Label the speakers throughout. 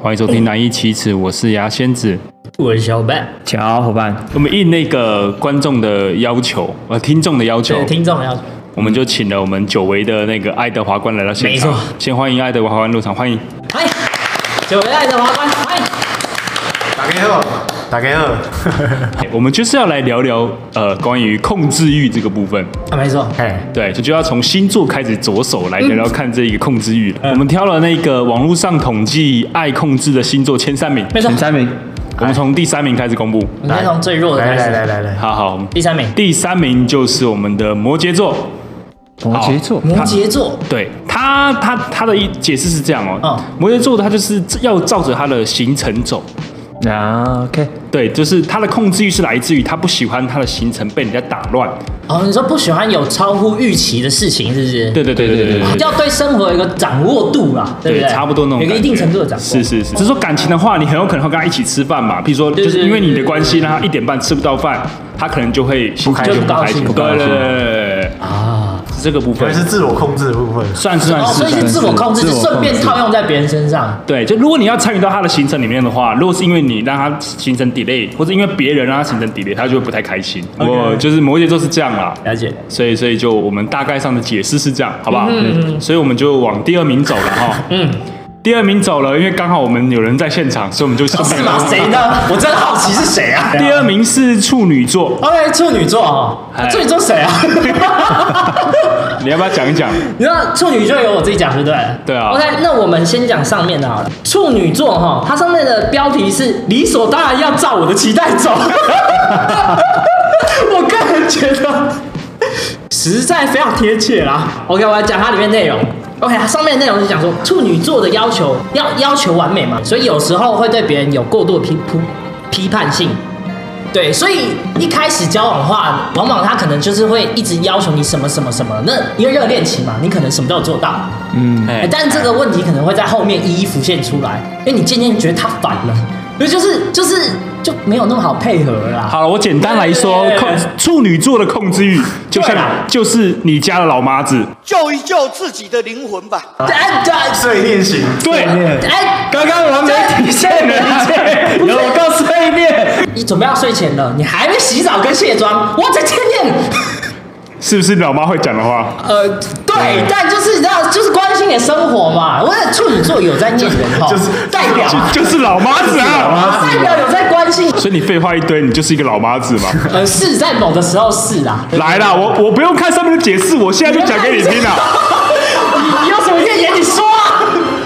Speaker 1: 欢迎收听《难以启齿》，我是牙仙子。
Speaker 2: 我是小伙伴，
Speaker 3: 巧伙伴，
Speaker 1: 我们应那个观众的要求，呃，听众的要求
Speaker 2: 对，听众要
Speaker 1: 我们就请了我们久违的那个爱德华官来到现场。
Speaker 2: 没错
Speaker 1: 先欢迎爱德华官入场，欢迎。
Speaker 2: 嗨，九位爱的哎华冠，嗨，
Speaker 4: 打开后，打开后，
Speaker 1: 我们就是要来聊聊呃关于控制欲这个部分。
Speaker 2: 啊，没错，
Speaker 4: 哎，
Speaker 1: 对，就就要从星座开始着手来聊聊看这一个控制欲。
Speaker 2: 嗯
Speaker 1: 我们挑了那个网络上统计爱控制的星座前三名，
Speaker 2: 没错
Speaker 3: 前，三名，
Speaker 1: 我们从第三名开始公布。
Speaker 2: 我们先从最弱的
Speaker 4: 来
Speaker 2: 开
Speaker 4: 来来
Speaker 2: 始，
Speaker 4: 来来，
Speaker 1: 好好，
Speaker 2: 第三名，
Speaker 1: 第三名就是我们的摩羯座。
Speaker 3: 摩羯座，
Speaker 2: 摩羯座，
Speaker 1: 对他，他他的一解释是这样哦，
Speaker 2: 嗯
Speaker 1: 摩羯座他就是要照着他的行程走，
Speaker 3: 啊，OK，
Speaker 1: 对，就是他的控制欲是来自于他不喜欢他的行程被人家打乱，
Speaker 2: 哦，你说不喜欢有超乎预期的事情，是不是？
Speaker 1: 对对对对对对对。
Speaker 2: 要对生活有一个掌握度嘛，对不对？
Speaker 1: 对，差不多那种
Speaker 2: 有一个一
Speaker 1: 感
Speaker 2: 定
Speaker 1: 觉
Speaker 2: 程度的掌握。
Speaker 1: 是是是，只是说感情的话，你很有可能会跟他一起吃饭嘛。譬如说，
Speaker 2: 对
Speaker 1: 就是因为你的关系，
Speaker 2: 对对
Speaker 1: 让他一点半吃不到饭，他可能就会心
Speaker 2: 开
Speaker 1: 情
Speaker 2: 心
Speaker 1: 就不开心。
Speaker 2: 就
Speaker 1: 对
Speaker 2: 不高
Speaker 1: 对
Speaker 3: 兴
Speaker 1: 对对啊，是这个部
Speaker 4: 原
Speaker 1: 分
Speaker 4: 来是自我控制的部分。
Speaker 1: 算是算
Speaker 2: 哦，
Speaker 1: 是
Speaker 2: 所以
Speaker 1: 算
Speaker 2: 是
Speaker 1: 是。
Speaker 2: 自我控制，
Speaker 3: 自
Speaker 2: 就
Speaker 3: 我控制
Speaker 2: 顺便套用在别人身上。
Speaker 1: 对，就如果你要参与到他的行程里面的话，如果是因为你让他行程 delay，或者因为别人让他行程 delay，他就会不太开心。我就是摩羯座是这样啦，
Speaker 2: 了解，
Speaker 1: 所以所以就我们大概上的解释是这样，好不好？嗯，所以我们就往第二名走了哈。嗯，第二名走了，因为刚好我们有人在现场，所以我们就顺便
Speaker 2: 是 吗？谁呢？哦我真好奇是谁啊？
Speaker 1: 第二名是处女座，
Speaker 2: OK，处女座哦，
Speaker 1: 哎
Speaker 2: 那处女座谁啊？
Speaker 1: 你要不要讲一讲？
Speaker 2: 你知道处女座由我自己讲对不对？
Speaker 1: 对啊
Speaker 2: OK，那我们先讲上面的好了。处女座哈，它上面的标题是“理所当然要照我的期待走” 。 我个人觉得实在非常贴切啦。OK，我来讲它里面内容。OK，它上面的内容是讲说处女座的要求要要求完美嘛，所以有时候会对别人有过度的批批批判性。对，所以一开始交往的话，往往他可能就是会一直要求你什么什么什么，那因为热恋期嘛，你可能什么都有做到，
Speaker 3: 嗯，
Speaker 2: 哎但这个问题可能会在后面一一浮现出来，因为你渐渐觉得他烦了，因为就是就是就没有那么好配合了啦。
Speaker 1: 好了，我简单来说，
Speaker 2: 对
Speaker 1: 控处女座的控制欲，就
Speaker 2: 对啦
Speaker 1: 像就是你家的老妈子，
Speaker 5: 救一救自己的灵魂吧。
Speaker 2: 哎，哎对，
Speaker 4: 碎念型，
Speaker 1: 对，
Speaker 2: 哎，
Speaker 3: 刚刚完美 体现了一切，有够碎裂，
Speaker 2: 你准备要睡前了，你还没洗澡跟卸妆，我在前面。
Speaker 1: 是不是老妈会讲的话？
Speaker 2: 呃，对，但就是你知道，就是关心你的生活嘛。我也处女座有在念人 哈，
Speaker 4: 就是
Speaker 2: 代表 嘛
Speaker 1: 就就是老妈子啊。
Speaker 2: 代表有在关心。
Speaker 1: 所以你废话一堆，你就是一个老妈子 嘛。
Speaker 2: 呃，是在某个时候是啊啦。
Speaker 1: 来啦，我我不用看上面的解释，我现在就讲给你听啊 啦。
Speaker 2: 你有什么怨言你说啊？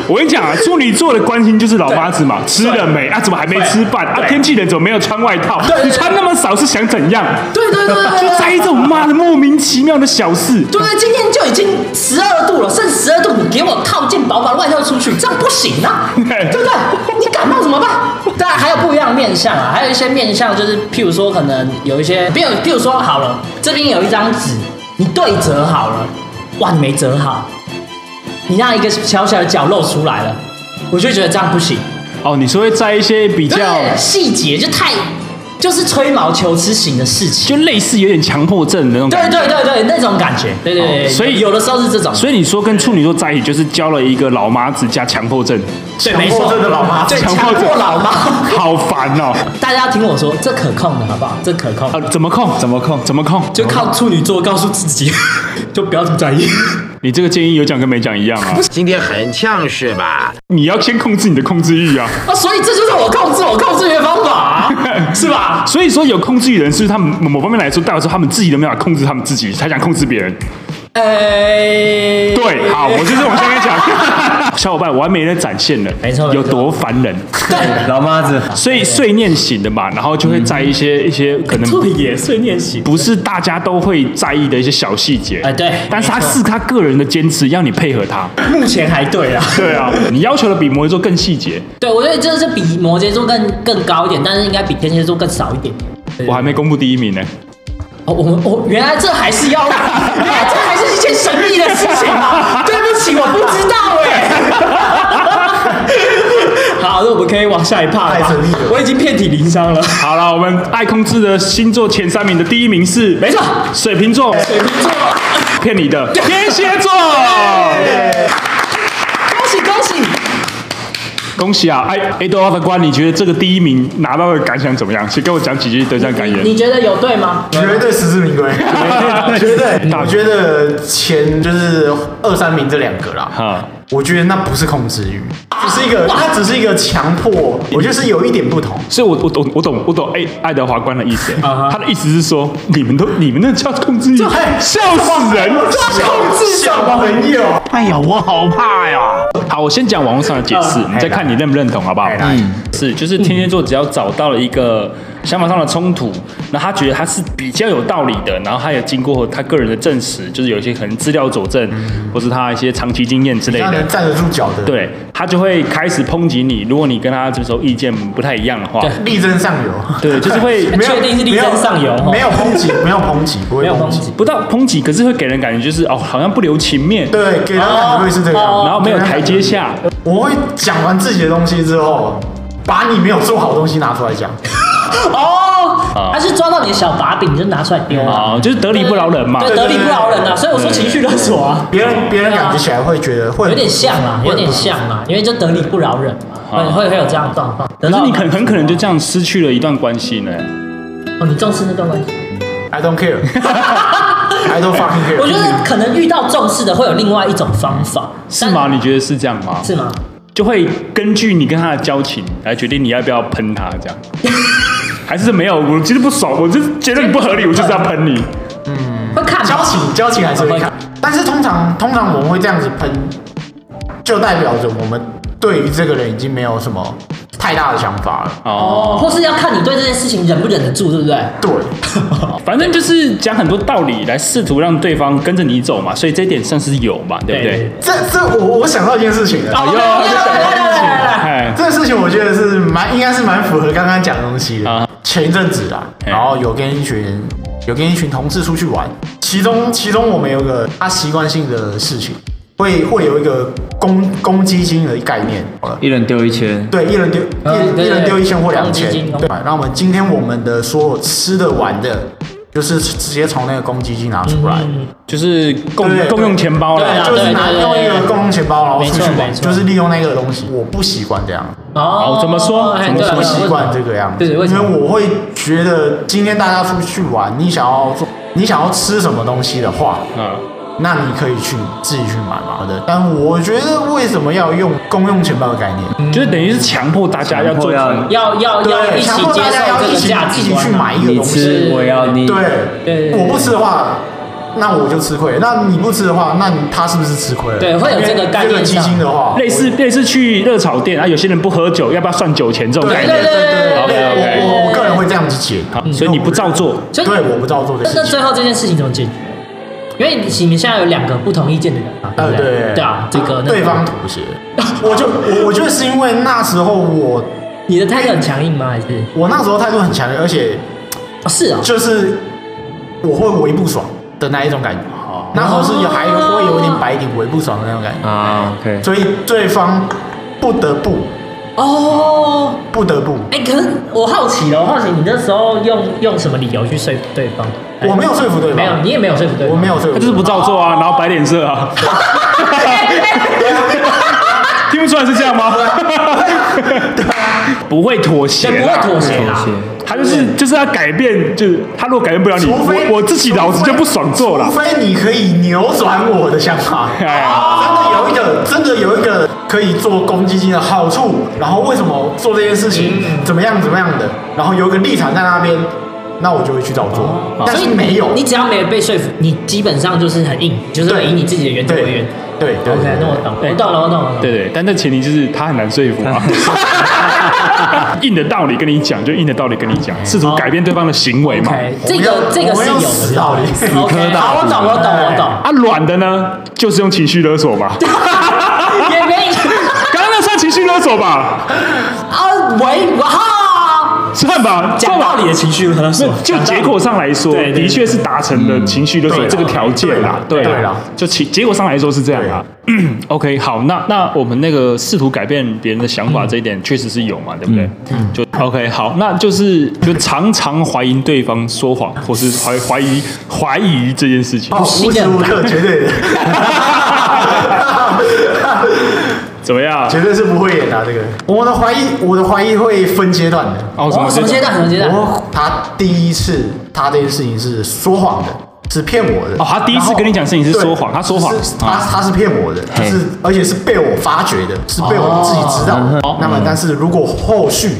Speaker 1: 我跟你讲啊，处女座的关心就是老妈子嘛，吃了没啊？怎么还没吃饭啊？
Speaker 2: 对
Speaker 1: 天气冷，怎么没有穿外套
Speaker 2: 对？对
Speaker 1: 你穿那么少是想怎样？
Speaker 2: 对对对对 对
Speaker 1: 就
Speaker 2: 对
Speaker 1: 在意这种妈的莫名其妙的小事。
Speaker 2: 对对，今天就已经十二度了，剩十二度，你给我套件薄薄的外套出去，这样不行啊，对不对？你感冒怎么办？当然还有不一样的面相啊，还有一些面相就是，譬如说可能有一些，比如譬如说好了，这边有一张纸，你对折好了，哇，你没折好，你那一个小小的角露出来了，我就觉得这样不行。
Speaker 1: 哦，你是会在一些比较
Speaker 2: 对细节就太就是吹毛求疵型的事情。
Speaker 1: 就类似有点强迫症的那种
Speaker 2: 对
Speaker 1: 感觉。
Speaker 2: 对对对，那种感觉，对对对，
Speaker 1: 哦所以
Speaker 2: 有的时候是这种，
Speaker 1: 所以你说跟处女座在一起，就是交了一个老妈子加强迫症，
Speaker 2: 对没
Speaker 4: 强
Speaker 2: 错
Speaker 4: 迫症的老妈
Speaker 2: 对
Speaker 1: 强
Speaker 2: 强
Speaker 1: 迫症
Speaker 2: 迫老妈，
Speaker 1: 好烦哦。
Speaker 2: 大家要听我说，这可控的好不好？这可控，
Speaker 1: 啊，怎么控？
Speaker 3: 怎么控
Speaker 1: 怎么控？
Speaker 2: 就靠处女座告诉自己， 就不要这么在意。
Speaker 1: 你这个建议有讲跟没讲一样啊。
Speaker 6: 今天很呛是吧？
Speaker 1: 你要先控制你的控制欲啊。
Speaker 2: 啊，所以这就是我控制我控制欲的方法、啊， 是吧？
Speaker 1: 所以说，有控制欲的人，是不是他们某某方面来说，代表说他们自己都没有办法控制他们自己，才想控制别人。
Speaker 2: 呃，哎
Speaker 1: 对，好，我就是往下 面讲。小伙伴完美的展现了，
Speaker 2: 没错没错
Speaker 1: 有多烦人。
Speaker 3: 老妈子，
Speaker 1: 所以碎念型的嘛，然后就会在意一
Speaker 2: 嗯
Speaker 1: 些一些可能
Speaker 2: 对耶，碎念型，
Speaker 1: 不是大家都会在意的一些小细节。
Speaker 2: 哎对
Speaker 1: 但是他
Speaker 2: 没错
Speaker 1: 是他个人的坚持，要你配合他。
Speaker 2: 目前还对啊。
Speaker 1: 对啊，你要求的比摩羯座更细节，
Speaker 2: 对，我觉得这是比摩羯座更更高一点，但是应该比天蝎座更少一点。
Speaker 1: 我还没公布第一名呢。
Speaker 2: 哦，我们我原来这还是 要，原来这还是一件神秘的事情 啊！对不起，我不知道 哎、好，那我们可以往下一趴了吧
Speaker 4: 太神秘了
Speaker 2: 我已经遍体鳞伤了。
Speaker 1: 好了，我们爱控制的星座前三名的第一名是
Speaker 2: 没错，
Speaker 1: 水瓶座，
Speaker 2: 水瓶座，
Speaker 1: 骗你的天蝎座。
Speaker 2: 恭喜恭喜！
Speaker 7: 恭喜啊！哎哎，豆花法官，你觉得这个第一名拿到的感想怎么样？请跟我讲几句得奖感言。
Speaker 2: 你觉得有对吗？
Speaker 4: 绝对实至名归，绝 对。我觉得前就是二三名这两个啦
Speaker 7: 哈，
Speaker 4: 我觉得那不是控制欲，只是一个，它只是一个强迫，我觉得是有一点不同。
Speaker 7: 所以我，我懂，我懂，我懂。哎，爱德华官的意思，他的意思是说，你们都，你们那叫控制欲，笑死人！
Speaker 4: 控制小朋友，
Speaker 6: 哎呀，我好怕呀！
Speaker 7: 好，我先讲网络上的解释，你再看你认不认同，好不好？嗯，
Speaker 1: 是，就是天蝎座只要找到了一个想法上的冲突，然后他觉得他是比较有道理的，然后他有经过他个人的证实，就是有一些可能资料佐证，或是他一些长期经验之类
Speaker 4: 他
Speaker 1: 的
Speaker 4: 能，站得住脚的，，
Speaker 1: 对他就会开始抨击你。如果你跟他这时候意见不太一样的话，
Speaker 4: 力争上游。
Speaker 1: 对，就是会
Speaker 4: 没有
Speaker 2: 确定是力争上游哦
Speaker 4: 没有抨击，没有抨击，不会
Speaker 2: 没有
Speaker 4: 抨
Speaker 2: 攻
Speaker 4: 击。
Speaker 2: 击，
Speaker 1: 不到抨击，可是会给人感觉就是哦，好像不留情面，
Speaker 4: 对，给人感觉会是这个样子。
Speaker 1: 哦然后没有台阶下。
Speaker 4: 我会讲完自己的东西之后，把你没有做好的东西拿出来讲。
Speaker 2: 他哦是抓到你的小把柄就拿出来丢啊，
Speaker 1: 啊、就是啊得理不饶人嘛。
Speaker 2: 对，得理不饶人啊，所以我说情绪勒索啊。
Speaker 4: 别人别人感觉起来会觉得会
Speaker 2: 有点像啦，有点像啊啦，因为就得理不饶人嘛，会会会有这样的状况。可
Speaker 1: 啊可是你很很可能就这样失去了一段关系呢。
Speaker 2: 哦，你重视那段关系，
Speaker 4: I don't care, I don't fucking care。
Speaker 2: 我觉得可能遇到重视的会有另外一种方法，
Speaker 1: 是吗？你觉得是这样吗
Speaker 2: 但？是吗？
Speaker 1: 就会根据你跟他的交情来决定你要不要喷他，这样，还是没有？我其实不爽，我就是觉得你不合理，我就是要喷你。
Speaker 2: 会看
Speaker 4: 交情交情还是会看，但是通常通常我们会这样子喷，就代表着我们对于这个人已经没有什么太大的想法了。
Speaker 2: 哦，或是要看你对这件事情忍不忍得住，对不对？
Speaker 4: 对，
Speaker 1: 哦反正就是讲很多道理来试图让对方跟着你走嘛，所以这一点算是有嘛，对不对？
Speaker 2: 对
Speaker 4: 这这我我想到一件事情了。
Speaker 2: 哦，来来来来来来，
Speaker 1: 哎，
Speaker 4: 这个事情我觉得是蛮，应该是蛮符合刚刚讲的东西的
Speaker 1: 啊。
Speaker 4: 前一阵子啊，
Speaker 1: 嘿
Speaker 4: 然后有跟一群有跟一群同事出去玩，其中其中我们有个他习惯性的事情，会会有一个公公积金的概念。好了，
Speaker 3: 一人丢一千，
Speaker 4: 对，一人丢
Speaker 2: 嗯对
Speaker 4: 一
Speaker 2: 对
Speaker 4: 一人丢一千或两千
Speaker 2: 公积金，
Speaker 4: 对吧？那我们今天我们的所有吃的玩的，就是直接从那个公积金拿出来，
Speaker 2: 嗯
Speaker 1: 就是共
Speaker 4: 对
Speaker 1: 共用钱包
Speaker 2: 对
Speaker 1: 啦
Speaker 2: 啊。
Speaker 4: 就是拿
Speaker 2: 对对
Speaker 4: 用
Speaker 2: 对
Speaker 4: 一个公共钱包，然后
Speaker 2: 没
Speaker 4: 出
Speaker 2: 错
Speaker 4: 去
Speaker 2: 没
Speaker 4: 玩，
Speaker 2: 错
Speaker 4: 就是利用那个东西。我不习惯这样，
Speaker 2: 哦
Speaker 1: 哦怎么说
Speaker 2: 哎
Speaker 1: 怎么
Speaker 2: 对
Speaker 1: 说
Speaker 4: 不
Speaker 2: 为什
Speaker 4: 习惯这个样子，
Speaker 2: 对，为什
Speaker 4: 因为
Speaker 2: 么？
Speaker 4: 我会觉得今天大家出去玩，你想要做，你想要吃什么东西的话，
Speaker 1: 嗯，
Speaker 4: 那你可以去自己去买嘛。好的，但我觉得为什么要用公用钱包的概念？
Speaker 1: 就是等于是强迫大家要做
Speaker 3: 强迫要
Speaker 2: 要要嗯要
Speaker 4: 对，
Speaker 2: 一
Speaker 4: 强
Speaker 2: 起
Speaker 4: 迫
Speaker 2: 接
Speaker 4: 大家
Speaker 2: 受
Speaker 4: 要
Speaker 2: 这
Speaker 4: 一
Speaker 2: 个
Speaker 4: 起
Speaker 2: 价
Speaker 4: 一
Speaker 2: 值
Speaker 4: 起
Speaker 2: 观啊
Speaker 4: 去
Speaker 2: 嘛
Speaker 4: 买一个
Speaker 3: 你
Speaker 4: 东西。
Speaker 3: 吃我要你，
Speaker 4: 对，
Speaker 2: 对对对
Speaker 4: 我不吃的话，那我就吃亏。那你不吃的话，那你他是不是吃亏了？
Speaker 2: 对会有这个概念
Speaker 4: 因为这个基
Speaker 2: 上
Speaker 4: 金的话，
Speaker 1: 类似类似去热炒店啊，有些人不喝酒，要不要算酒钱这种
Speaker 4: 对
Speaker 1: 概
Speaker 4: 对
Speaker 1: 念
Speaker 4: 对。
Speaker 2: 对
Speaker 4: 对对
Speaker 1: 对
Speaker 4: 对
Speaker 1: 对
Speaker 4: 对，我我我个人会这样子解。
Speaker 1: 好所以你不照做，
Speaker 2: 所以
Speaker 4: 对，我不照做这
Speaker 2: 那
Speaker 4: 个
Speaker 2: 那
Speaker 4: 事情
Speaker 2: 最。后这件事情怎么解决？因为你们现在有两个不同意见的人嘛，对
Speaker 4: 呃，
Speaker 2: 不对？
Speaker 4: 对
Speaker 2: 对啊，这个那个
Speaker 4: 对方妥协， 我就我我觉得是因为那时候我
Speaker 2: 你的态度很强硬吗？还是
Speaker 4: 我那时候态度很强烈，而且
Speaker 2: 哦是啊，
Speaker 4: 就是我会为不爽的那一种感觉。
Speaker 1: 哦
Speaker 4: 那时候是有还会有一点白一点为不爽的那种感觉。
Speaker 3: 啊，OK，
Speaker 4: 所以对方不得不
Speaker 2: 哦，
Speaker 4: 不得不，
Speaker 2: 哎，可是我好奇哦，我好奇你那时候用用什么理由去说服对方？
Speaker 1: 哎
Speaker 4: 我没有说服对方，
Speaker 2: 没有，你也没有说服对方，
Speaker 4: 我没有说服，
Speaker 1: 他就是不照做啊，然后摆脸色 啊。听不出来是这样吗？不会妥协
Speaker 2: 对，不
Speaker 1: 啦
Speaker 2: 会妥协
Speaker 3: 妥
Speaker 6: 啊
Speaker 2: 啦
Speaker 3: 协。
Speaker 1: 他就是就是要改变，就是他如果改变不了你，
Speaker 4: 除非
Speaker 1: 我我自己老子就不爽做了
Speaker 4: 除。非你可以扭转我的想法。
Speaker 1: 哎
Speaker 4: 真的有一个，真的有一个可以做公积金的好处，然后为什么做这件事情，
Speaker 2: 嗯
Speaker 4: 怎么样怎么样的，然后有一个立场在那边，那我就会去照做。但
Speaker 2: 哦所
Speaker 4: 是
Speaker 2: 以
Speaker 4: 没有，
Speaker 2: 你只要没有被说服，你基本上就是很硬，就是
Speaker 4: 对
Speaker 2: 以你自己的原则为
Speaker 4: 对
Speaker 2: 原。
Speaker 4: 对对
Speaker 2: OK，那我懂，我懂了，我懂了。
Speaker 1: 对对，但这前提就是他很难说服 啊。硬的道理跟你讲，就硬的道理跟你讲，试图改变对方的行为嘛。
Speaker 2: OK，这个这个是有
Speaker 4: 我们用
Speaker 2: 的
Speaker 4: 死道理
Speaker 2: 对吧 OK，好，我懂，我懂，我懂，
Speaker 1: 啊，软的呢，就是用情绪勒索吧。
Speaker 2: 也没
Speaker 1: 刚刚那算情绪勒索吧？
Speaker 2: 啊，喂，哇哈，
Speaker 1: 算吧，
Speaker 2: 讲
Speaker 1: 算吧
Speaker 2: 道理的情绪和勒索
Speaker 1: 那，就结果上来说，
Speaker 2: 对对
Speaker 1: 的确是达成了情绪勒索
Speaker 4: 对
Speaker 1: 这个条件啦，
Speaker 4: 对
Speaker 1: 啦
Speaker 4: 对啦
Speaker 1: 就其结果上来说是这样啊。OK，好， 那那我们那个试图改变别人的想法这一
Speaker 2: 嗯
Speaker 1: 点确实是有嘛，对不对？就 OK，好，那就是就常常怀疑对方说谎，或是怀怀疑怀疑这件事情
Speaker 4: 哦，。无时无刻绝对的。
Speaker 7: 怎么样？
Speaker 4: 绝对是不会演啊！这个我的怀疑，我的怀疑会分阶段的。
Speaker 7: 哦，
Speaker 2: 哦，什么阶段？什么阶段？
Speaker 4: 我他第一次他这件事情是说谎的，是骗我的。
Speaker 7: 哦他第一次
Speaker 4: 然后
Speaker 7: 跟你讲事情是说谎
Speaker 4: 对
Speaker 7: 他说谎啊
Speaker 4: 是他他是骗我的，
Speaker 3: 嘿
Speaker 4: 是而且是被我发觉的，是被我自己
Speaker 7: 哦
Speaker 4: 知道的。那么，但是如果后续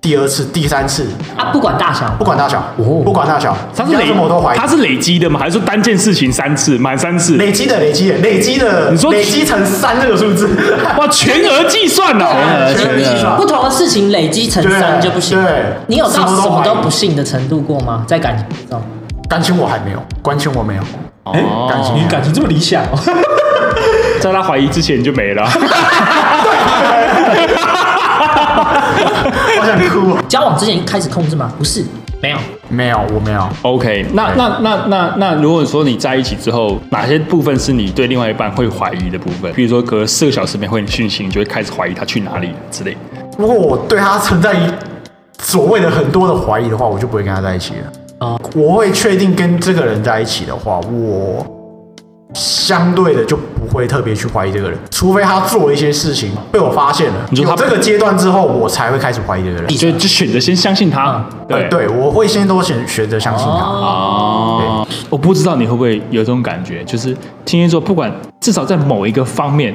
Speaker 4: 第二次、第三次，
Speaker 2: 啊，不管大小，
Speaker 4: 不管大小，不管大小，
Speaker 7: 哦他是
Speaker 4: 人家
Speaker 7: 累
Speaker 4: 这么多怀疑，
Speaker 7: 他是累积的吗？还是说单件事情三次，满三次？
Speaker 4: 累积的、累积的、累积的，
Speaker 7: 你说
Speaker 4: 累积成三这个数字，
Speaker 7: 哇，全额计算呢、
Speaker 2: 对啊
Speaker 3: 全
Speaker 4: 全
Speaker 3: 额
Speaker 4: 力
Speaker 3: 全额
Speaker 4: 计算
Speaker 2: 不同的事情累积成三
Speaker 4: 对
Speaker 2: 就不行
Speaker 4: 对。
Speaker 2: 你有到
Speaker 4: 什么都
Speaker 2: 什么都
Speaker 4: 怀疑
Speaker 2: 不信的程度过吗？在感情中？
Speaker 4: 感情我还没有，感情我没有，
Speaker 7: 哎、
Speaker 4: 感情
Speaker 2: 感情这么理想、哦
Speaker 7: 在他怀疑之前你就没 了。
Speaker 4: 我想哭啊，
Speaker 2: 交往之前开始控制吗？不是，没有。
Speaker 4: 没有，我没有。
Speaker 1: OK，那那那那那，如果说你在一起之后，哪些部分是你对另外一半会怀疑的部分？比如说隔四个小时没回你讯息，你就会开始怀疑他去哪里了之类的。
Speaker 4: 如果我对他存在于所谓的很多的怀疑的话，我就不会跟他在一起了。
Speaker 1: 啊
Speaker 2: 哦
Speaker 4: 我会确定跟这个人在一起的话，我相对的就不会特别去怀疑这个人，除非他做了一些事情被我发现了。
Speaker 7: 你说他
Speaker 4: 有这个阶段之后，我才会开始怀疑这个人。
Speaker 7: 你就就选择先相信他，
Speaker 2: 嗯
Speaker 4: 呃对，我会先都选选择相信他。
Speaker 7: 哦，
Speaker 1: 我不知道你会不会有这种感觉，就是天蝎座，不管至少在某一个方面，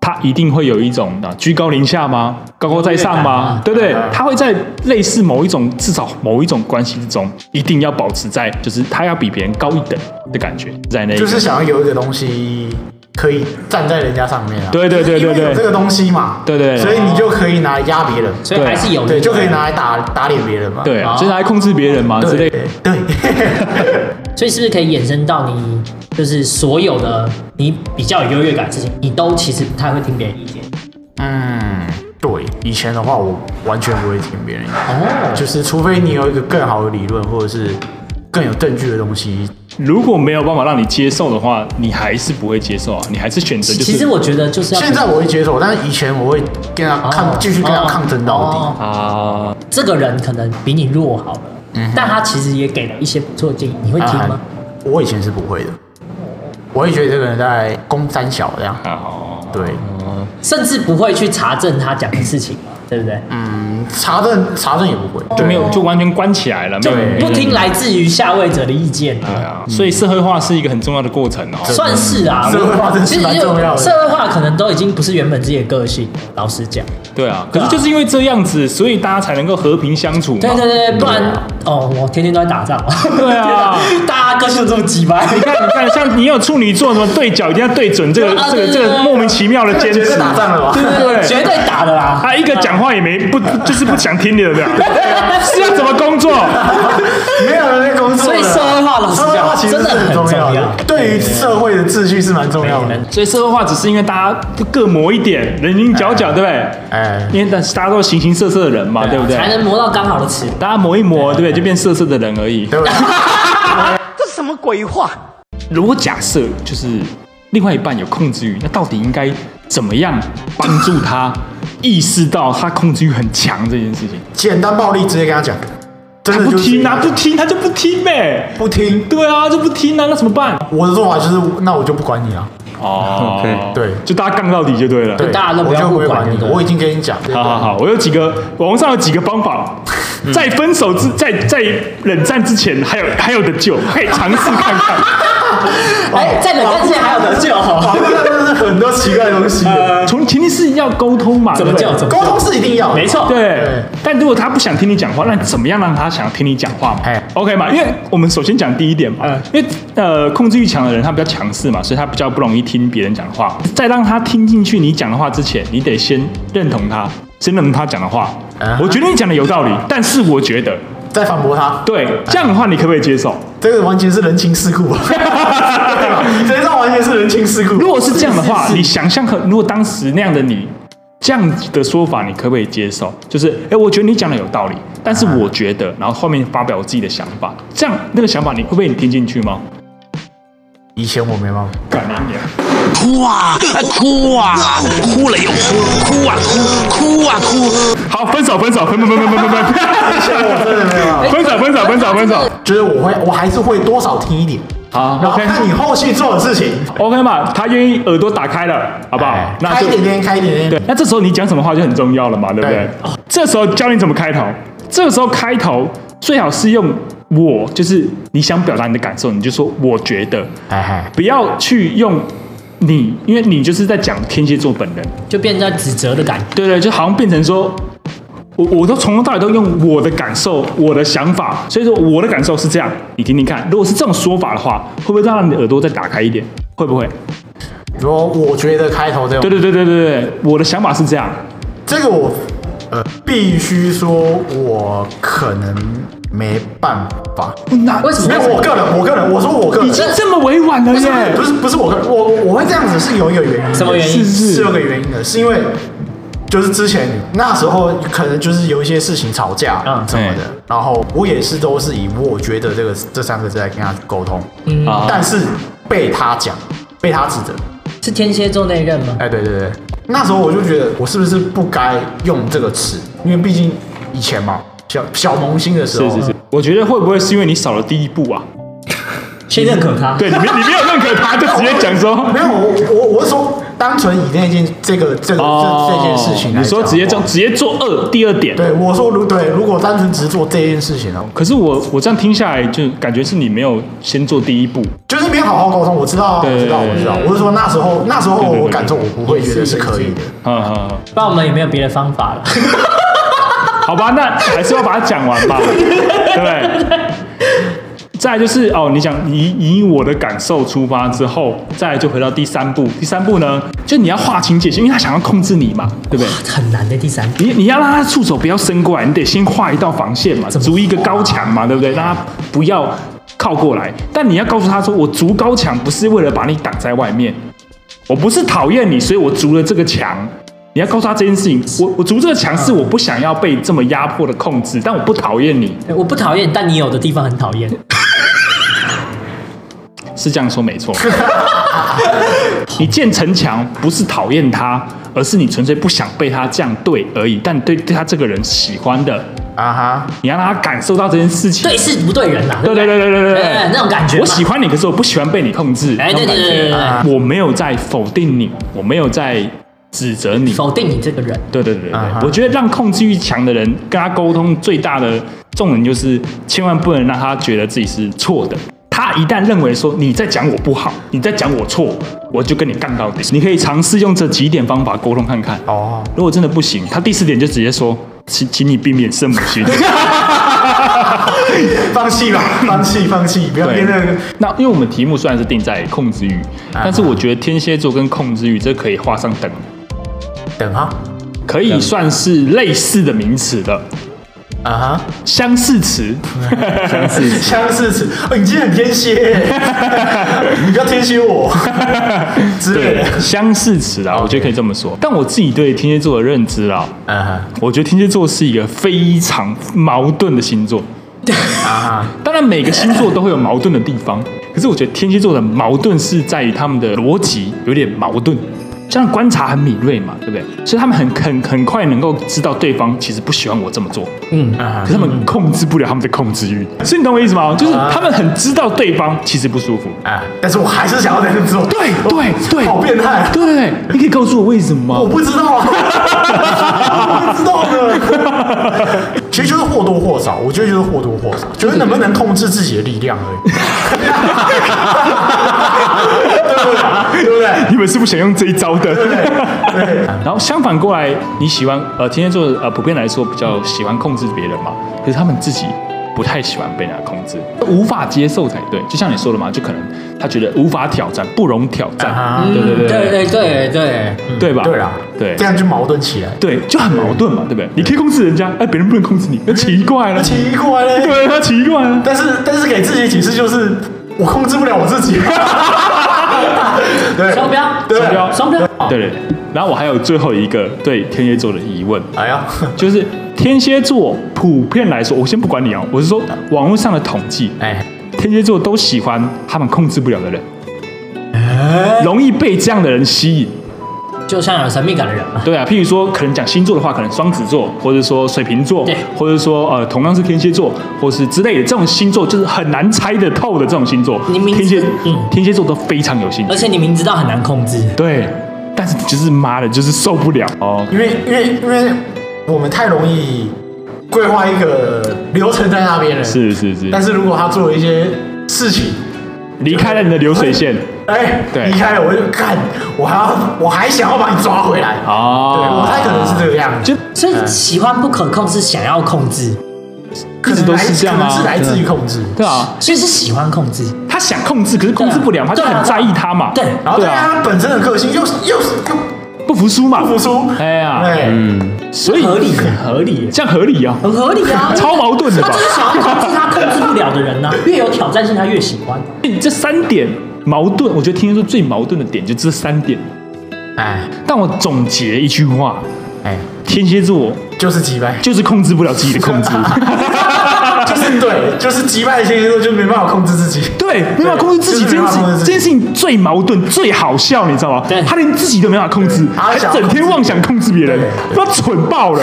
Speaker 1: 他一定会有一种啊居高临下吗？高高在上吗？对不对？他会在类似某一种至少某一种关系之中，一定要保持在就是他要比别人高一等的感觉，在那一个
Speaker 4: 就是想要有一个东西可以站在人家上面啊。
Speaker 1: 对对对对
Speaker 4: 因为有这
Speaker 1: 对
Speaker 4: 个东西嘛。
Speaker 1: 对对对
Speaker 4: 所以你就可以拿来压别人，
Speaker 2: 所以还是有
Speaker 4: 对，就可以拿来打打脸别人嘛。
Speaker 1: 对，啊，就是来控制别人嘛之类
Speaker 4: 对。对。
Speaker 2: 所以是不是可以衍生到你，就是所有的你比较有优越感的事情，你都其实不太会听别人意见。
Speaker 4: 嗯，对，以前的话我完全不会听别人意见，
Speaker 2: 哦，
Speaker 4: 就是除非你有一个更好的理论或者是更有证据的东西，
Speaker 1: 如果没有办法让你接受的话，你还是不会接受啊，你还是选择就
Speaker 2: 其实
Speaker 1: 是
Speaker 2: 我觉得就是要
Speaker 4: 现在我会接受，但是以前我会跟他抗，继续跟他抗争到底。
Speaker 2: 底。
Speaker 1: 啊，
Speaker 2: 哦这个人可能比你弱好了，
Speaker 4: 嗯
Speaker 2: 但他其实也给了一些不错的建议，你会
Speaker 4: 啊
Speaker 2: 听吗？
Speaker 4: 我以前是不会的，我会觉得这个人在攻三小这样。对，
Speaker 2: 甚至不会去查证他讲的事情嘛，对不对？
Speaker 4: 嗯查证查证也不会，
Speaker 1: 就没有就完全关起来了，没
Speaker 2: 就
Speaker 1: 有没有
Speaker 2: 不听来自于下位者的意见啊。
Speaker 1: 所以社会化是一个很重要的过程哦。
Speaker 2: 算是啊，
Speaker 4: 嗯社会化真
Speaker 2: 其
Speaker 4: 是
Speaker 2: 实
Speaker 4: 蛮重要的
Speaker 2: 社会化可能都已经不是原本自己的个性，老实讲。
Speaker 1: 对啊，可是就是因为这样子，所以大家才能够和平相处嘛。
Speaker 2: 对对对，对不然哦，我天天都在打仗。
Speaker 1: 啊对啊
Speaker 2: 大家个性都这么鸡掰。
Speaker 1: 你看，你看，像你有处女座，什么对角一定要对准这个
Speaker 2: 对啊
Speaker 1: 这
Speaker 2: 对
Speaker 1: 个
Speaker 2: 对
Speaker 1: 这个
Speaker 2: 对
Speaker 1: 莫名其妙的坚
Speaker 4: 绝
Speaker 1: 持
Speaker 4: 对，打仗了吧？
Speaker 1: 对不对？
Speaker 2: 绝对打的啦！
Speaker 1: 他一个讲话也没不，就是不想听你的，对吧？是要怎么工作？
Speaker 4: 没有人在工作
Speaker 2: 所
Speaker 4: 了，
Speaker 2: 以社会化老师
Speaker 4: 社会化
Speaker 2: 讲
Speaker 4: 其实
Speaker 2: 真
Speaker 4: 是
Speaker 2: 的
Speaker 4: 很
Speaker 2: 很
Speaker 4: 重
Speaker 2: 重
Speaker 4: 要
Speaker 2: 要
Speaker 4: 的，，对于社会的秩序是蛮重要的。
Speaker 1: 所以社会化只是因为大家各磨一点，棱棱角角，对不对？
Speaker 4: 哎，
Speaker 1: 因为但是大家都是形形色色的人嘛，对不对？
Speaker 2: 啊才能磨到刚好的尺。
Speaker 1: 大家磨一磨，对不对？就变色色的人而已。
Speaker 4: 对不对？
Speaker 5: 这什么鬼话？
Speaker 1: 如果假设就是另外一半有控制欲，那到底应该怎么样帮助他意识到他控制欲很强这件事情？
Speaker 4: 简单暴力直接跟他讲，真
Speaker 1: 他
Speaker 4: 的
Speaker 1: 不
Speaker 4: 就是
Speaker 1: 听啊，不听，他就不听呗。
Speaker 4: 不听。
Speaker 1: 对啊，就不听啊，那怎么办？
Speaker 4: 我的做法就是，那我就不管你了。
Speaker 1: 哦
Speaker 3: OK
Speaker 4: 对
Speaker 1: 就大家杠到底就对了。
Speaker 4: 对，
Speaker 2: 大家都不
Speaker 4: 我
Speaker 2: 要
Speaker 4: 就不
Speaker 2: 互
Speaker 4: 会
Speaker 2: 管
Speaker 4: 管你
Speaker 2: 对不，对
Speaker 4: 我已经跟你讲。
Speaker 1: 好好好，我有几个网络上有几个方法，在分手之在在冷战之前还有还有的救，可以尝试看看。哦
Speaker 2: 哎，在冷战之前还有得救哦。
Speaker 4: 网络上真的是很多奇怪的东西，
Speaker 1: 从前提是要沟通嘛，
Speaker 2: 怎么
Speaker 1: 对不对
Speaker 2: 救？怎么
Speaker 4: 沟通
Speaker 2: 救？
Speaker 4: 是一定要的。
Speaker 2: 没错，
Speaker 1: 对，但如果他不想听你讲话，那怎么样让他想听你讲话嘛
Speaker 4: 哎嗯
Speaker 1: ？OK 嘛？因为我们首先讲第一点嘛，因为呃控制欲强的人他比较强势嘛，所以他比较不容易听别人讲话。在让他听进去你讲的话之前，你得先认同他，先认同他讲的话。
Speaker 4: 啊
Speaker 1: 我觉得你讲的有道理，但是我觉得
Speaker 4: 再反驳他，
Speaker 1: 对这样的话，你可不可以接受？
Speaker 4: 这个完全是人情 世故啊！这上完全是人情世故。
Speaker 1: 如果是这样的话，你想象和如果当时那样的你，这样的说法，你可不可以接受？就是，哎、我觉得你讲的有道理，但是我觉得，然后后面发表我自己的想法，这样那个想法你会不会你听进去吗？
Speaker 4: 以前我没办法，
Speaker 1: 干你娘！
Speaker 6: 哭啊，哭啊，哭了又哭，哭啊哭，哭啊哭。
Speaker 1: 好，分手，分手，分分分分分分分，
Speaker 4: 以前我真的没有办法，
Speaker 1: 分手，分手，分手，分手。
Speaker 4: 就是我会，我还是会多少听一点，
Speaker 1: 好
Speaker 4: 然后
Speaker 1: ，OK
Speaker 4: 看你后续做的事情，
Speaker 1: OK 嘛，他愿意耳朵打开了，好不好
Speaker 4: 哎？
Speaker 1: 那
Speaker 4: 开
Speaker 1: 就
Speaker 4: 一点点，开一点点。
Speaker 1: 对，那这时候你讲什么话就很重要了嘛，对不对？
Speaker 4: 对
Speaker 1: 哦这时候教你怎么开头，这个时候开头最好是用我，就是你想表达你的感受，你就说我觉得，
Speaker 4: 哎哎，
Speaker 1: 不要去用你，因为你就是在讲天蝎座本人，
Speaker 2: 就变成在指责的感觉。
Speaker 1: 对对，就好像变成说。我我都从头到尾都用我的感受、我的想法，所以说我的感受是这样，你听听看。如果是这种说法的话，会不会让你的耳朵再打开一点？会不会？
Speaker 4: 你说我觉得开头这
Speaker 1: 对对
Speaker 4: 种，
Speaker 1: 对对对对，我的想法是这样，
Speaker 4: 这个我呃必须说，我可能没办法。
Speaker 1: 那
Speaker 2: 为什么
Speaker 4: 没有，我个人，我个人，我说我个人
Speaker 1: 已，经这么委婉了
Speaker 4: 不是
Speaker 1: 耶！
Speaker 4: 不是不是我个人，我我会这样子是有一个原因的，
Speaker 2: 什么原因
Speaker 4: 是是是有个原因的，是因为就是之前那时候可能就是有一些事情吵架
Speaker 2: 嗯
Speaker 4: 什么的，然后我也是都是以我觉得这个这三个字来跟他沟通，
Speaker 2: 嗯
Speaker 1: 啊
Speaker 4: 但是被他讲，被他指责，
Speaker 2: 是天蝎座那一任吗？
Speaker 4: 哎，对对对，那时候我就觉得我是不是不该用这个词，因为毕竟以前嘛，小小萌新的时候，
Speaker 1: 是是是，我觉得会不会是因为你少了第一 步啊？
Speaker 2: 先认可他。
Speaker 1: 对，你没你没有认可他，就直接讲说
Speaker 4: 没有，哎我我我是说单纯以那件这个 这个、这这件事情来
Speaker 1: 哦你说
Speaker 4: 讲
Speaker 1: 直接
Speaker 4: 的
Speaker 1: 这
Speaker 4: 话
Speaker 1: 样，直接做二第二点。
Speaker 4: 对，我说如对，如果单纯只是做这件事情哦，
Speaker 1: 可是我我这样听下来，就感觉是你没有先做第一步，
Speaker 4: 就是没有好好沟通。我知道啊，我
Speaker 1: 对
Speaker 4: 知道，
Speaker 1: 对
Speaker 4: 我知道。我是说那时候，那时候
Speaker 1: 对对
Speaker 4: 我
Speaker 1: 对
Speaker 4: 感受我不会觉得是可以的。
Speaker 1: 啊啊，啊
Speaker 2: 不然我们也没有别的方法了。
Speaker 1: 好吧，那还是要把它讲完 吧，对不对？再来就是哦，你讲以以我的感受出发之后，再来就回到第三步。第三步呢，就你要划清界限，因为他想要控制你嘛，对不对？
Speaker 2: 很难的第三步，
Speaker 1: 你你要让他触手不要伸过来，你得先画一道防线嘛，
Speaker 2: 怎么
Speaker 1: 筑一个高墙嘛，对不对？让他不要靠过来。但你要告诉他说，我筑高墙不是为了把你挡在外面，我不是讨厌你，所以我筑了这个墙。你要告诉他这件事情，我我筑这个墙是我不想要被这么压迫的控制，但我不讨厌你，
Speaker 2: 我不讨厌，但你有的地方很讨厌。
Speaker 1: 是这样说没 错。你建城墙不是讨厌他，而是你纯粹不想被他这样对而已，但你对对他这个人喜欢的，
Speaker 4: 啊哈，
Speaker 1: 你要让他感受到这件事情。
Speaker 2: 对事不对人啊呐。
Speaker 1: 对对对对对对
Speaker 2: 哎
Speaker 1: 对，
Speaker 2: 那种感觉嘛
Speaker 1: 我喜欢你，可是我不喜欢被你控制。
Speaker 2: 哎，
Speaker 1: 那
Speaker 2: 对
Speaker 1: 种感
Speaker 2: 对对
Speaker 1: 觉
Speaker 2: 对对对，
Speaker 1: 我没有在否定你，我没有在指责你。
Speaker 2: 否定你这个人，
Speaker 1: 对对对对对
Speaker 4: 啊哈
Speaker 1: 我觉得让控制欲强的人跟他沟通最大的重点就是，千万不能让他觉得自己是错的。他一旦认为说你在讲我不好，你在讲我错，我就跟你杠到底。你可以尝试用这几点方法沟通看看。
Speaker 4: 哦，
Speaker 1: 如果真的不行，他第四点就直接说，请请你避免圣母心。
Speaker 4: 放弃吧，放弃，放弃，不要
Speaker 1: 对
Speaker 4: 跟那个。
Speaker 1: 那因为我们题目虽然是定在控制欲，但是我觉得天蝎座跟控制欲这可以画上等，
Speaker 4: 等啊，
Speaker 1: 可以算是类似的名词的
Speaker 4: 啊
Speaker 1: 相似词。
Speaker 4: 哈，相似词，哦，你今天很天蝎，你不要天蝎我之类
Speaker 1: 对
Speaker 4: 的，。
Speaker 1: 相似词啊，我觉得可以这么说。但我自己对天蝎座的认知啊，
Speaker 4: 嗯哼
Speaker 1: 我觉得天蝎座是一个非常矛盾的星座。
Speaker 4: 啊
Speaker 1: 当然，每个星座都会有矛盾的地方，可是我觉得天蝎座的矛盾是在于他们的逻辑有点矛盾，这样观察很敏锐嘛，对不对？所以他们很很很快能够知道对方其实不喜欢我这么做，
Speaker 4: 哈，啊
Speaker 1: 可是他们控制不了他们的控制欲，所以你懂我意思吗？就是他们很知道对方其实不舒服。
Speaker 4: 哈，啊！但是我还是想要在这做，
Speaker 1: 对
Speaker 4: 我
Speaker 1: 对对，
Speaker 4: 好变态啊，
Speaker 1: 对对对，你可以告诉我为什么
Speaker 4: 我
Speaker 1: 吗？
Speaker 4: 不知道啊，我不知道呢。其实就是或多或少，我觉得就是或多或少，就是能不能控制自己的力量而 已，对不对？对 不对？
Speaker 1: 你们是不想用这一招的。
Speaker 4: 对
Speaker 1: 然后相反过来，你喜欢呃天蝎座呃普遍来说比较喜欢控制别人嘛，可是他们自己不太喜欢被人家控制，无法接受才对。就像你说的嘛，就可能他觉得无法挑战，不容挑战，
Speaker 4: 啊
Speaker 1: 对对对
Speaker 2: 对
Speaker 1: 对
Speaker 2: 对对对，嗯
Speaker 1: 对吧？
Speaker 4: 对啦，
Speaker 1: 对
Speaker 4: 这样就矛盾起来，
Speaker 1: 对，就很矛盾嘛，对不对？你可以控制人家，哎，别人不能控制你，那奇怪 了，
Speaker 4: 奇怪嘞。
Speaker 1: 对，他奇怪了。
Speaker 4: 但是但是给自己的解释就是，我控制不了我自 己。对，
Speaker 2: 双标
Speaker 4: 对
Speaker 1: 双标
Speaker 2: 双标，
Speaker 1: 对对对，然后我还有最后一个对天蝎座的疑问，
Speaker 4: 哎呀，
Speaker 1: 就是天蝎座普遍来说，我先不管你哦，我是说
Speaker 2: 啊
Speaker 1: 网络上的统计，
Speaker 4: 哎，
Speaker 1: 天蝎座都喜
Speaker 2: 哎
Speaker 1: 欢他们控制不了的人，容易被这样的人吸引。
Speaker 2: 就像有神秘感的人嘛。
Speaker 1: 对啊，譬如说，可能讲星座的话，可能双子座，或者说水瓶座
Speaker 2: 对，
Speaker 1: 或者说呃，同样是天蝎座，或是之类的这种星座，就是很难猜得透的这种星座。
Speaker 2: 你明
Speaker 1: 天蝎，
Speaker 2: 嗯
Speaker 1: 天蝎座都非常有兴
Speaker 2: 而
Speaker 1: 趣，
Speaker 2: 且你明知道很难控制，
Speaker 1: 对，但是就是妈的，就是受不了哦。
Speaker 4: 因为因为因为我们太容易规划一个流程在那边了，。
Speaker 1: 是是是，
Speaker 4: 但是如果他做了一些事情，
Speaker 1: 离开了你的流水线
Speaker 4: 哎、
Speaker 1: 对
Speaker 4: 离开了我就干，我还要我还想要把你抓回来。对，我
Speaker 1: 哦，
Speaker 4: 猜可能是这个样子，
Speaker 1: 就
Speaker 2: 所以喜欢不可控是想要控制，
Speaker 4: 可
Speaker 1: 一直
Speaker 4: 能
Speaker 1: 都
Speaker 4: 来
Speaker 1: 是这样
Speaker 4: 可能
Speaker 1: 啊
Speaker 4: 是来自于控制。
Speaker 1: 对啊，
Speaker 2: 所以是喜欢控制。
Speaker 1: 他想控制，可是控制不了，他就
Speaker 2: 对啊
Speaker 1: 很在意他嘛，
Speaker 2: 对啊
Speaker 4: 然后
Speaker 1: 对
Speaker 4: 再加上
Speaker 1: 啊，
Speaker 4: 他本身的个性又是又是又
Speaker 1: 不服输嘛，
Speaker 4: 不服输，
Speaker 1: 哎呀
Speaker 4: 对，啊
Speaker 1: 所以
Speaker 2: 合理，很合理，
Speaker 1: 这样合理啊，
Speaker 2: 很合理啊！
Speaker 1: 超矛盾的吧
Speaker 2: 他就是想要控制他控制不了的人呐、越有挑战性，他越喜欢。
Speaker 1: 这三点矛盾，我觉得天蝎座最矛盾的点就这三点。
Speaker 4: 哎
Speaker 1: 但我总结一句话：
Speaker 4: 哎，
Speaker 1: 天蝎座
Speaker 4: 就是击败，
Speaker 1: 就是控制不了自己的控制，
Speaker 4: 就是对，就是击败天蝎座就没办法控制 自己。
Speaker 1: 对，没办法控制自己这
Speaker 4: 就
Speaker 1: 件
Speaker 4: 是没办
Speaker 1: 事
Speaker 4: 法控，
Speaker 1: 这
Speaker 4: 制自己
Speaker 1: 件事情最矛盾、最好笑，你知道吗
Speaker 2: 对？
Speaker 1: 他连自己都没办法控制，
Speaker 4: 他
Speaker 1: 还
Speaker 4: 想要
Speaker 1: 整天妄想控制别人
Speaker 4: 对，
Speaker 1: 他蠢爆了。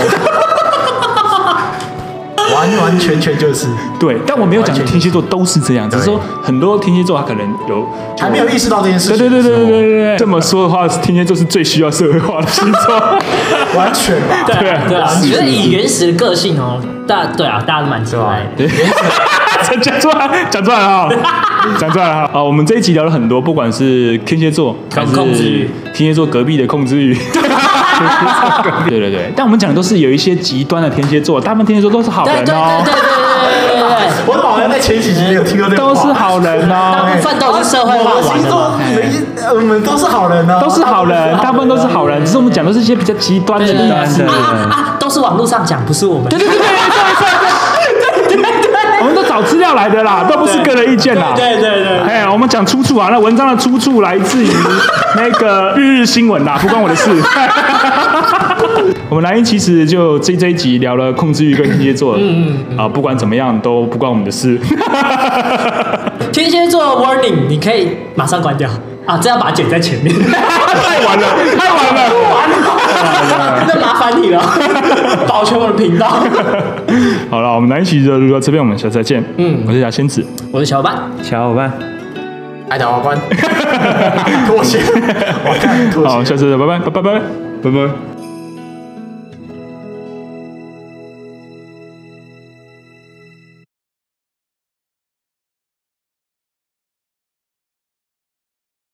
Speaker 4: 完完全全就是
Speaker 1: 对，但我没有讲
Speaker 4: 完全
Speaker 1: 天蝎座都是这样，只是说很多天蝎座他可能有
Speaker 4: 还没有意识到这件事
Speaker 1: 对
Speaker 4: 情，
Speaker 1: 对对对对对对对，这么说的话，天蝎座是最需要社会化的星座。
Speaker 4: 完全吧，
Speaker 1: 对啊
Speaker 2: 对啊，
Speaker 1: 是
Speaker 2: 我觉得
Speaker 1: 是
Speaker 2: 以原始的个性哦，大对啊，大家都蛮期待的。
Speaker 1: 讲出来，讲出来了哈，讲出来 了哈。啊，我们这一集聊了很多，不管是天蝎座，还
Speaker 2: 控制欲
Speaker 1: 是天蝎座隔壁的控制 欲。对对对，但我们讲的都是有一些极端的天蝎座，大部分天蝎座都是好
Speaker 2: 对对
Speaker 1: 人
Speaker 2: 对
Speaker 1: 哦
Speaker 2: 对，对对对对对
Speaker 4: 我好像在前几集也有听到这个话哎
Speaker 1: 都是好人
Speaker 2: 大
Speaker 1: 哦，
Speaker 2: 部分都是社会化
Speaker 4: 我
Speaker 2: 玩
Speaker 4: 星
Speaker 2: 的
Speaker 4: 座
Speaker 2: 嘛。
Speaker 4: 每一呃我们都是好人呢，
Speaker 1: 都是好人，大部分都是好人，只是我们讲的是一些比较极端的
Speaker 2: 对对
Speaker 1: 人
Speaker 2: 对。啊啊啊！都是网络上讲，不是我们。
Speaker 1: 对对对对对对对对对对，我们都找资料来的啦，都不是个人意见啦。
Speaker 2: 对对对，
Speaker 1: 哎，我们讲出处啊，那文章的出处来 自于那个日日新闻呐、不关我的 事。我们来因其实就这这一集聊了控制欲跟天蝎座，嗯嗯啊，不管怎么样都不关我们的 事。
Speaker 2: 天蝎座 warning，你可以马上关掉啊！这样把它剪在前面，
Speaker 1: 太晚了，太晚了。
Speaker 2: 完了， 那麻烦你了， 保全我的频道。
Speaker 1: 好了，我们来因其实就录到这边，我们下次再见。嗯，我是牙仙子，
Speaker 2: 我是小伙伴，
Speaker 3: 小伙伴。
Speaker 4: 爱打王啊冠，妥协，我看妥协
Speaker 1: 好，。下次再见拜拜，拜拜，拜拜。